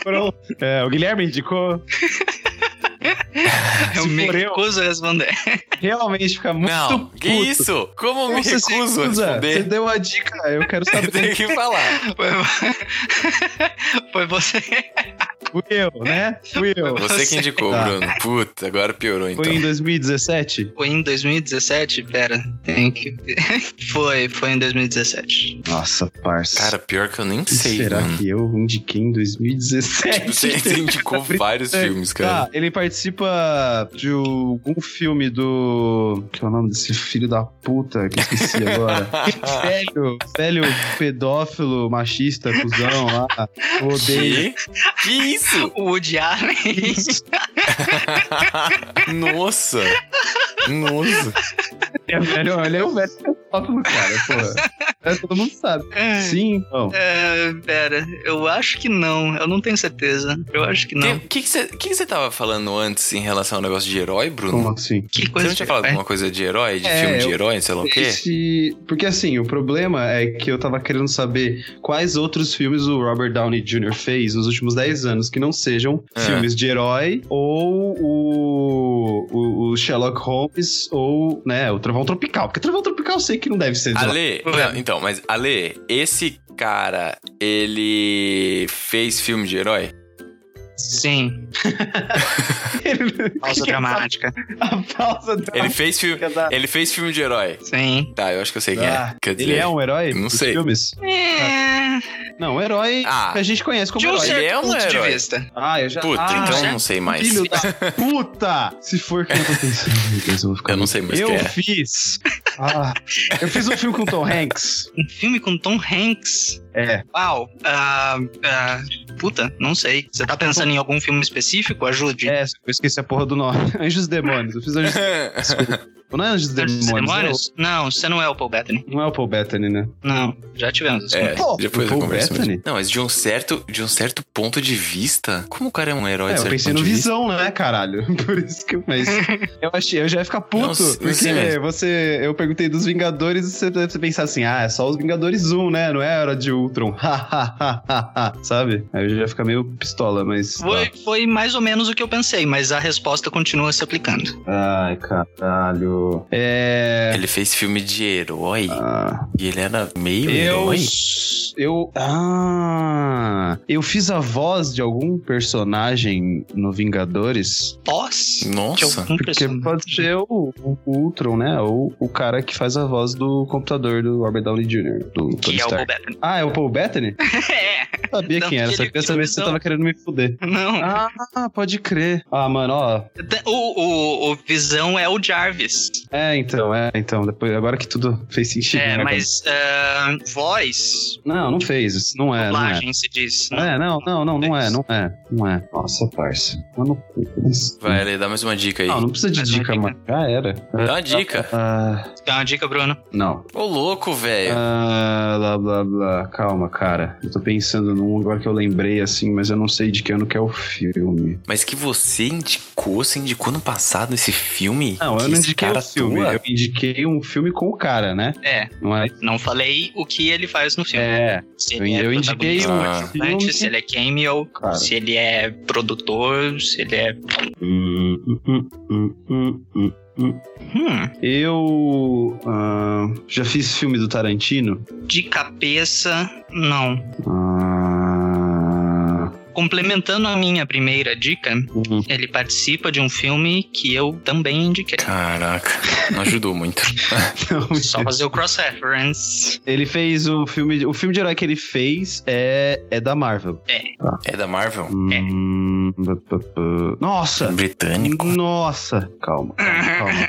Pronto. É, o Guilherme indicou? Eu Se me for eu- recuso a responder. Realmente fica muito Não, puto. que isso? Como eu me Você se recuso a recusa? tá Você responder? deu uma dica, eu quero Você saber. tem que falar. Foi- Foi você. Fui eu, né? Fui eu. Você que indicou, Tá. Bruno. Puta, agora piorou então. Foi em 2017? Foi em 2017? Pera, tem que. foi, foi em 2017. Nossa, parça. Cara, pior que eu nem sei, Será mano. que eu indiquei em 2017? Você você indicou vários É, filmes, cara. Tá, ele participa de algum filme do. Que é o nome desse filho da puta que eu esqueci agora? Ah. velho, velho pedófilo, machista, cuzão lá. Eu Odeio. Que? Que isso? O Woody Allen. Nossa. Nossa. É velho, ele é o velho pedófilo, cara, porra. É, todo mundo sabe. Sim, não. É, pera, eu acho que não. Eu não tenho certeza. Eu acho que não. O que que você que que você tava falando antes em relação ao negócio de herói, Como Bruno? assim? Que Você coisa. não tinha falado é. alguma coisa de herói, de É, filme de eu- herói, sei lá o quê? Esse- Porque assim, o problema é que eu tava querendo saber quais outros filmes o Robert Downey Jr. fez nos últimos 10 anos que não sejam É. filmes de herói ou o, o- o Sherlock Holmes ou, né, o Trovão Tropical. Porque Trovão Tropical eu sei que não deve ser de lá. Ale, Problema. não, então, mas Ale, esse cara, ele fez filme de herói? Sim, Ele- pausa dramática. A pausa dramática Ele fez filme, da... ele fez filme de herói. Sim. Tá, eu acho que eu sei quem Ah, é. Quer dizer, Ele é um herói Não dos sei. filmes? É, Não, um herói Ah. que a gente conhece como de um herói. Ele certo é um ponto herói. de vista. Ah, eu já... Puta, ah, então eu já- não sei mais. Filho da puta! Se for que eu tô pensando, meu Deus, eu vou ficar Eu não sei mais Eu quem é. fiz. Ah, eu fiz um filme com o Tom Hanks. Um filme com Tom Hanks. É. Uau. Ah, ah, puta, não sei. Você tá pensando em algum filme específico? Ajude. É, eu esqueci a porra do nome. Anjos e Demônios. Eu fiz Anjos Não é Anjos e Demônios. Demônios? Demônios? Não, você não é o Paul Bettany. Não é o- não é o Paul Bettany, né? Não, já tivemos. essa É, Pô, depois eu Paul converso mesmo. Bettany? Não, mas de um certo, de um certo ponto de vista, como o cara é um herói É, de eu certo pensei ponto no de vista? Visão, né, caralho? Por isso que eu... Mas eu achei... Eu já ia ficar puto. Não, sim, porque sim mesmo. você... Eu perguntei dos Vingadores e você deve pensar assim, ah, é só os Vingadores 1, né? Não é a Era de Ultron. Sabe? Aí eu já ia ficar meio pistola, mas... tá. Foi, tá. foi mais ou menos o que eu pensei, mas a resposta continua se aplicando. Ai, caralho. É... Ele fez filme de herói Ah... e ele era meio Eu. herói. Eu. Ah! Eu fiz a voz de algum personagem no Vingadores. Pós? de Nossa. algum Porque Um personagem. pode ser o, o Ultron, né? Ou o cara que faz a voz do computador do Robert Downey Jr. Do Tony Que é o Paul Stark. Bettany. Ah, é o Paul Bettany? É, Sabia Não, quem era, ele só queria virou saber se você visão. tava querendo me fuder. não. Ah, pode crer. Ah, mano, ó. O, o, o Visão é o Jarvis. É, então, é, então. Depois, agora que tudo fez sentido. é, né, mas ah, voz, cara? Não, não fez. Isso não é, não é. dublagem se diz. É, não, não, não, não é, não é, não é. Tá Nossa, parça. Mano, Vai, Ale, dá mais uma dica aí. Não, não precisa de Mas não dica, tem, mano. Já era. Dá uma dica. Ah, Dá uma dica, Bruno. não. Ô, louco, velho. Ah, blá, blá, blá. Calma, cara. Eu tô pensando num agora que eu lembrei, assim, mas eu não sei de que ano que é o filme. Mas que você indicou, você indicou no passado esse filme? Não, que eu não esse indiquei o filme. atua? Eu indiquei um filme com o cara, né? É, Não é? não falei o que ele faz no filme. É. se Eu, ele é eu indiquei protagonista um Ah. filme... importante, se ele é cameo, Cara. se ele é produtor, se ele é. Hum, hum, hum, hum, hum. Hum, Eu ah, já fiz filme do Tarantino. de cabeça, não. Ah, Complementando a minha primeira dica, hum. ele participa de um filme que eu também indiquei. Caraca, não ajudou muito. Não, Só fazer o cross-reference. Ele fez o filme. O filme de herói que ele fez é, é da Marvel. É da Marvel? Hum, bu- bu- bu- Nossa! Britânico. Nossa! Calma, calma, calma,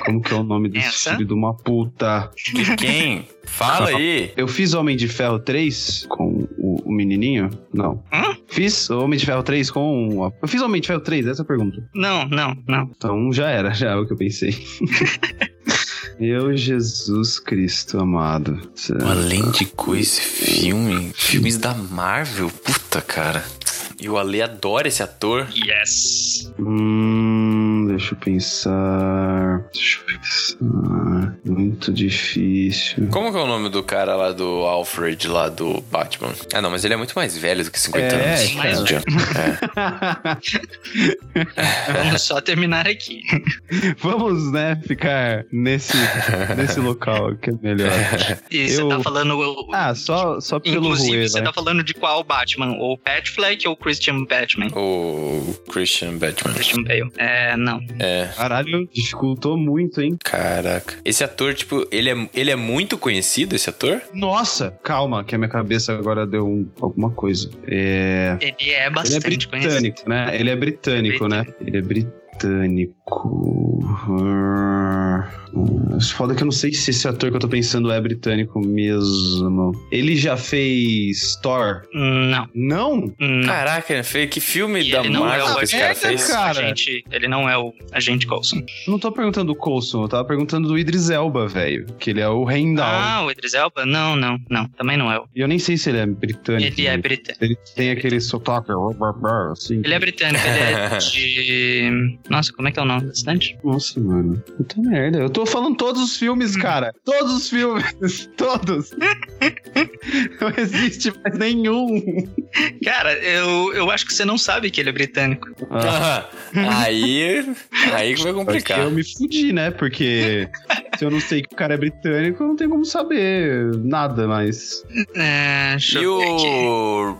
calma. Como que é o nome desse Essa? filho de uma puta? De quem? Fala aí. Eu fiz Homem de Ferro 3 com o, o menininho? Não. Hã? Fiz Homem de Ferro 3 com. o- Eu fiz Homem de Ferro 3, essa é a pergunta. Não, não, não. Então já era, já é o que eu pensei. Meu Jesus Cristo amado. Além de coisa, filme. Filmes da Marvel? Puta, cara. E o Ale adora esse ator. Yes. Hum, Hum, deixa eu pensar. Deixa eu pensar. Muito difícil. Como que é o nome do cara lá do Alfred, lá do Batman? Ah, não, mas ele é muito mais velho do que 50 É, anos. cara. Não adianta. Vamos só terminar aqui. Vamos, né, ficar nesse, nesse local que é melhor. E você Eu- tá falando. Ah, só, só pelo inclusive, ruê, você né? tá falando de qual Batman? Ou Pat Fleck ou Christian Batman? É, O Christian Batman. Christian Bale. É, não. É, Caralho, dificultou muito, hein? caraca. Esse ator, tipo, ele é, ele é muito conhecido, esse ator? Nossa, calma, que a minha cabeça agora deu um- alguma coisa. É... Ele é Ele é bastante conhecido. britânico, né? Ele é britânico, né? Ele é britânico. Hum, Foda que eu não sei se esse ator que eu tô pensando é britânico mesmo. Ele já fez Thor? Não, Não? não. Caraca, feio, que filme E da ele não é Marvel o que esse cara Eita, fez? cara. Agente- ele não é o agente Coulson. Eu Não tô perguntando do Coulson, eu tava perguntando do Idris Elba, velho. Que ele é o Heimdall. Ah, o Idris Elba? Não, não, não. Também não é o. E eu nem sei se ele é britânico. Ele é britânico. Ele tem aquele sotaque. Assim. Ele é britânico, ele é de. Nossa, como é que é o nome da cidade? Nossa, mano. Puta merda. Eu tô falando todos os filmes, cara. Todos os filmes. Todos. Não existe mais nenhum. Cara, eu, eu acho que você não sabe que ele é britânico. Ah, aí, aí que vai complicar. Eu me fudi, né? Porque se eu não sei que o cara é britânico, eu não tenho como saber nada mais. É, deixa E eu ver aqui.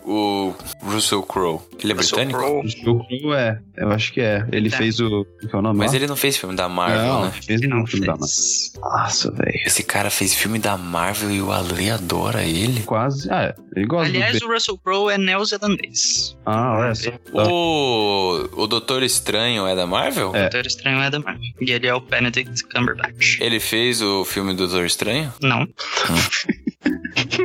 o, o Russell Crowe? Ele é Russell britânico? Crowe. O Crew é. Eu acho que é. Ele Tá. fez o. Qual que é o nome? Mas lá? ele não fez filme da Marvel, não, né? fez Ele não não filme da Marvel. fez. Nossa, velho. Esse cara fez filme da Marvel e o Ale adora ele. Quase. Ah, é. ele gosta Aliás, do. o Russell Crowe é neozelandês. Ah, olha é só. O, o Doutor Estranho é da Marvel? É. O Doutor Estranho é da Marvel. E ele é o Benedict Cumberbatch. Ele fez o filme do Doutor Estranho? Não. Eu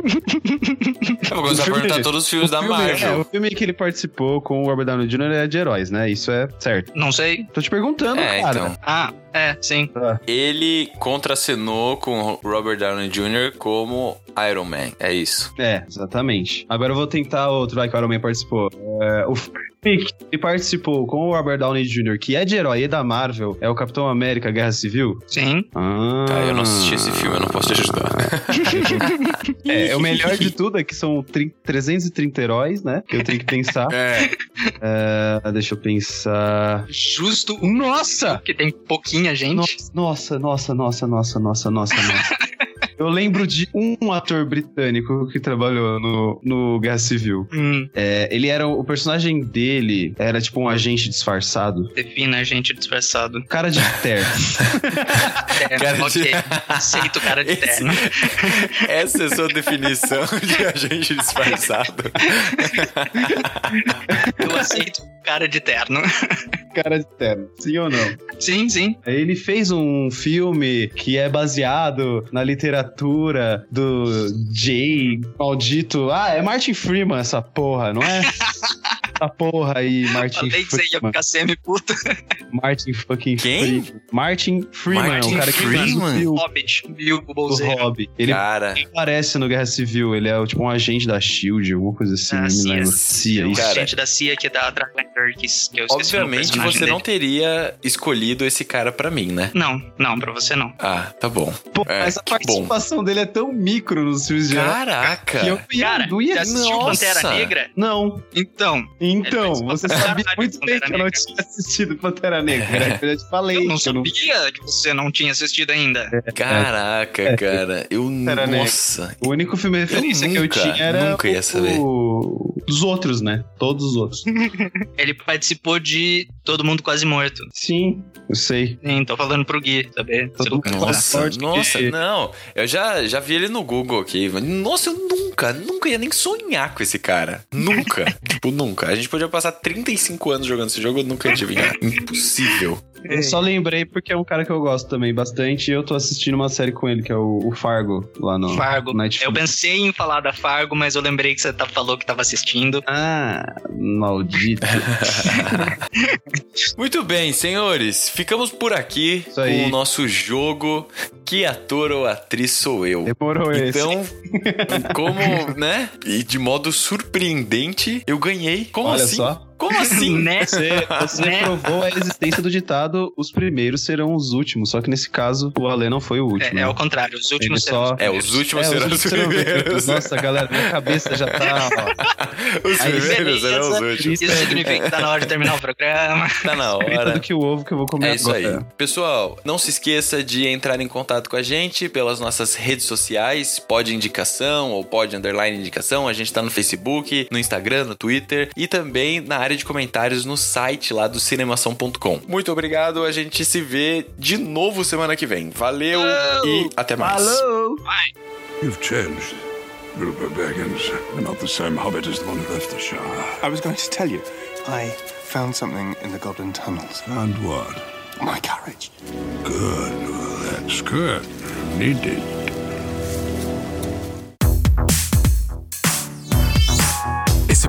vou começar a filme- perguntar todos os filmes da O filme- é, Marvel. o filme que ele participou com o Robert Downey Jr. é de heróis, né? Isso é certo. Não sei. Tô te perguntando, É, cara. então. Ah, é, sim. Ele contracenou com o Robert Downey Jr. como Iron Man. É isso. É, exatamente. Agora eu vou tentar outro, vai, que o Iron Man participou. É, o filme que ele participou com o Robert Downey Jr., que é de herói e da Marvel, é o Capitão América Guerra Civil? Sim. Ah, Tá, eu não assisti esse filme, eu não posso te ajudar. É, o melhor de tudo é que são tri- 330 heróis, né? Que eu tenho que pensar. É. Ah, deixa eu pensar. Justo um Nossa! que tem pouquinha gente. Nossa, nossa, nossa, nossa, nossa, nossa, nossa. Eu lembro de um ator britânico que trabalhou no, no Guerra Civil. Hum, É, ele era. O personagem dele era tipo um agente disfarçado. defina a gente disfarçado. Cara de terno. Terno, Cara de- ok. Aceito o cara de Esse- terno. Essa é a sua definição de agente disfarçado. Eu aceito o cara de terno. cara de terno. Sim ou não? Sim, sim. Ele fez um filme que é baseado na literatura do Jay, maldito. Ah, é Martin Freeman essa porra, não é? Essa porra aí, Martin Falei que você ia Freeman. ficar semi-puto. Martin fucking Quem? Freeman. Martin Freeman, Martin o cara que fez o Freeman? filme Hobbit, Bilbo do Bolseiro. Hobby. Ele Cara, aparece no Guerra Civil, ele é tipo um agente da SHIELD, alguma coisa assim, Ah, não me cia. lembro. Cia, O isso. Cara, agente da CIA que dá a Tracker, que que eu esqueci o nome do obviamente personagem você não dele. teria escolhido esse cara pra mim, né? Não, não, pra você não. Ah, tá bom. Pô, é, mas a que bom. participação dele é tão micro nos filmes de herói Caraca! que eu Cara, eu ia- já assistiu Nossa. Pantera Negra? Não, Então, Então, Ele participou pra você sabia caralho muito de bem Pantera que eu não Negra. tinha assistido Pantera É. Negra. né? Eu já te falei. eu não que eu não- sabia que você não tinha assistido ainda. É. Caraca, cara. Eu. Pera, né? Nossa. O único filme referência que eu nunca, tinha era nunca ia o- saber. o- os outros, né? Todos os outros. Ele participou de Todo Mundo Quase Morto. Sim, eu sei. Sim, tô falando pro Gui, saber. Todo mundo Nossa, Sorte que- nossa, não. Eu já, já vi ele no Google aqui. mas, Nossa, eu nunca, nunca ia nem sonhar com esse cara. Nunca. tipo, nunca. A gente podia passar 35 anos jogando esse jogo, eu nunca ia adivinhar. Impossível. Eu só lembrei porque é um cara que eu gosto também bastante. E eu tô assistindo uma série com ele, que é o, o Fargo, lá no. Fargo. É Netflix. Eu pensei em falar da Fargo, mas eu lembrei que você tá- falou que tava assistindo. Ah, maldito. Muito bem, senhores. Ficamos por aqui Isso com aí. o nosso jogo que ator ou atriz sou eu? Demorou esse. Então, como, né? E de modo surpreendente, eu ganhei. Como Olha assim? só. Como assim? Né? Você, você É. Né? provou a existência do ditado, os primeiros serão os últimos. Só que nesse caso, o Alê não foi o último. É, é o contrário, os últimos né? Ele serão só- os É, primeiros. os últimos É, os serão os últimos serão os últimos. primeiros. Nossa, galera, minha cabeça já tá. ó. Os Aí, primeiros serão os beleza. últimos. Isso significa que tá na hora de terminar o programa. Tá na Frita do hora. que o ovo que eu vou comer É isso aí. agora. Pessoal, não se esqueça de entrar em contato com a gente pelas nossas redes sociais, pode indicação ou pode underline indicação. A gente tá no Facebook, no Instagram, no Twitter e também na área de comentários no site lá do cinemação.com. Muito obrigado, a gente se vê de novo semana que vem. Valeu e até mais. You've changed, Bilbo Baggins. You're not the same hobbit as the one who left the Shire. I was going to tell you, I found something in the Goblin Tunnels. And what? My courage. Good. Well, that's good. Needed. Esse